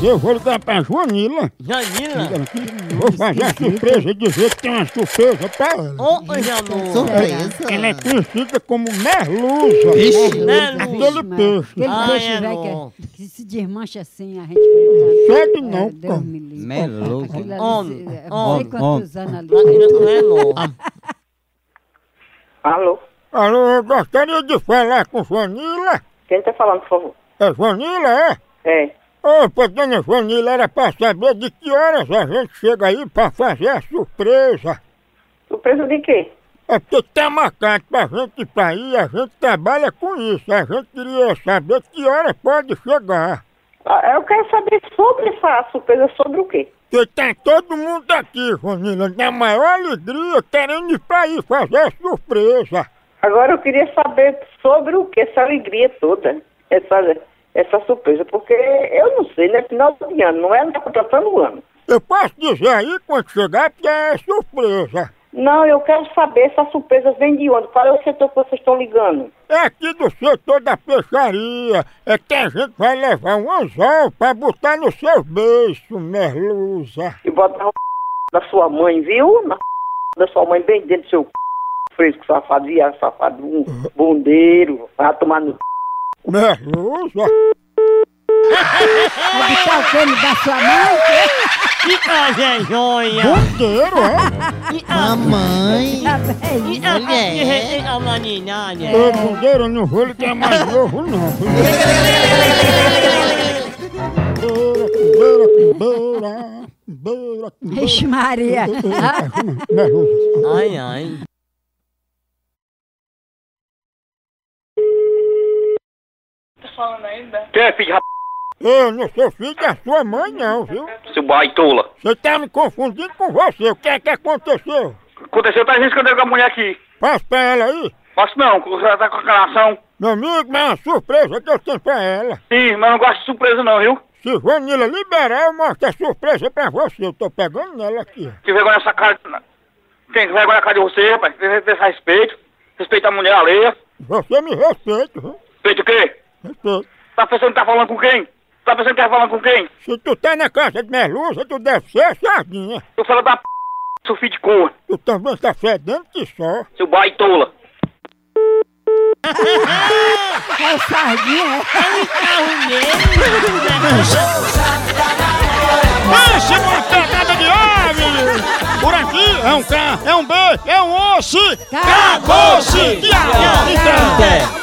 E eu vou ligar pra Joanila. Janina. Vou fazer a surpresa e dizer que tem uma surpresa pra ela. Ô, Janô. Surpresa. Ela é conhecida como merluza. Ixi. Né, Aquele Luz? peixe. Aquele Ah, peixe é, velho que é- não. que, se desmancha assim, a gente fica- Sabe não, É, Deus pô. me livre. Meluco. Aquilo ali, Homem, se- é, homem, Sei quantos anos ali. Aquilo não é louco. Alô? Alô, eu gostaria de falar com Joanila. Quem tá falando, por favor? É Joanila, é? É. Opa, dona Joanila, era pra saber de que horas a gente chega aí pra fazer a surpresa. Surpresa de quê? É porque tá marcado pra gente ir pra aí, a gente trabalha com isso. A gente queria saber que horas pode chegar. Ah, Eu quero saber sobre essa surpresa, sobre o quê? Porque tá todo mundo aqui, Joanila, na maior alegria, querendo ir pra aí fazer a surpresa. Agora eu queria saber sobre o que essa alegria toda, essa, essa surpresa, porque eu não sei, né? Final de ano, não é? Não tá contratando o ano. Eu posso dizer aí quando chegar porque é surpresa. Não, eu quero saber essa surpresa vem de onde? Qual é o setor que vocês estão ligando? É aqui do setor da peixaria. É que a gente vai levar um anzol pra botar no seu beijo, merluza. E bota na da sua mãe, viu? Na da sua mãe, bem dentro do seu fresco, safado, viado, safado, um bondeiro, vai tomar no Merluza? Sabe qual creme da sua mãe? Que cajejonha. Bondeiro, é? E a Mamãe. Tá bem. e a- Mulher. que retém a maninada. Ô, bondeiro, eu não vou ligar é mais novo, não. Beira, beira, beira, beira, é beira. Ixi, Maria. Merluza. Ai, ai. Quem é, filho de rap... Eu não sou filho da sua mãe, não, viu? Seu baitola. Você tá me confundindo com você. O que é que aconteceu? Aconteceu três vezes que eu dei com a mulher aqui. Passa pra ela aí. Posso não, que ela tá com a calação. Meu amigo, mas é uma surpresa que eu tenho pra ela. Sim, mas não gosto de surpresa não, viu? Se Vanilla liberar, eu mostro a surpresa pra você. Eu tô pegando nela aqui. Que vergonha essa cara... Tem que vergonha na cara de você, rapaz. Tem que ter respeito. Respeita a mulher alheia. Você me respeita, viu? Respeita o quê? Respeita. Tá pensando que tá falando com quem? Tá pensando que tá falando com quem? Se tu tá na casa de merluza, tu deve ser a sardinha. Eu falo da p... Seu filho de corno. Tu também tá fedendo que só. Seu baitola. É sardinha, é. Pense numa pegada de ave! Por aqui é um K, é um B, é um osso! Acabou-se! Então! É.